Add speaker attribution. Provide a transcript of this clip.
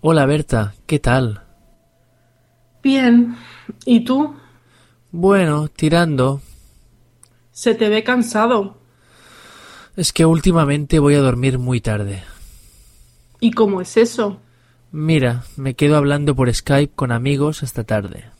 Speaker 1: Hola Berta, ¿qué tal?
Speaker 2: Bien. ¿Y tú?
Speaker 1: Bueno, tirando.
Speaker 2: Se te ve cansado.
Speaker 1: Es que últimamente voy a dormir muy tarde.
Speaker 2: ¿Y cómo es eso?
Speaker 1: Mira, me quedo hablando por Skype con amigos hasta tarde.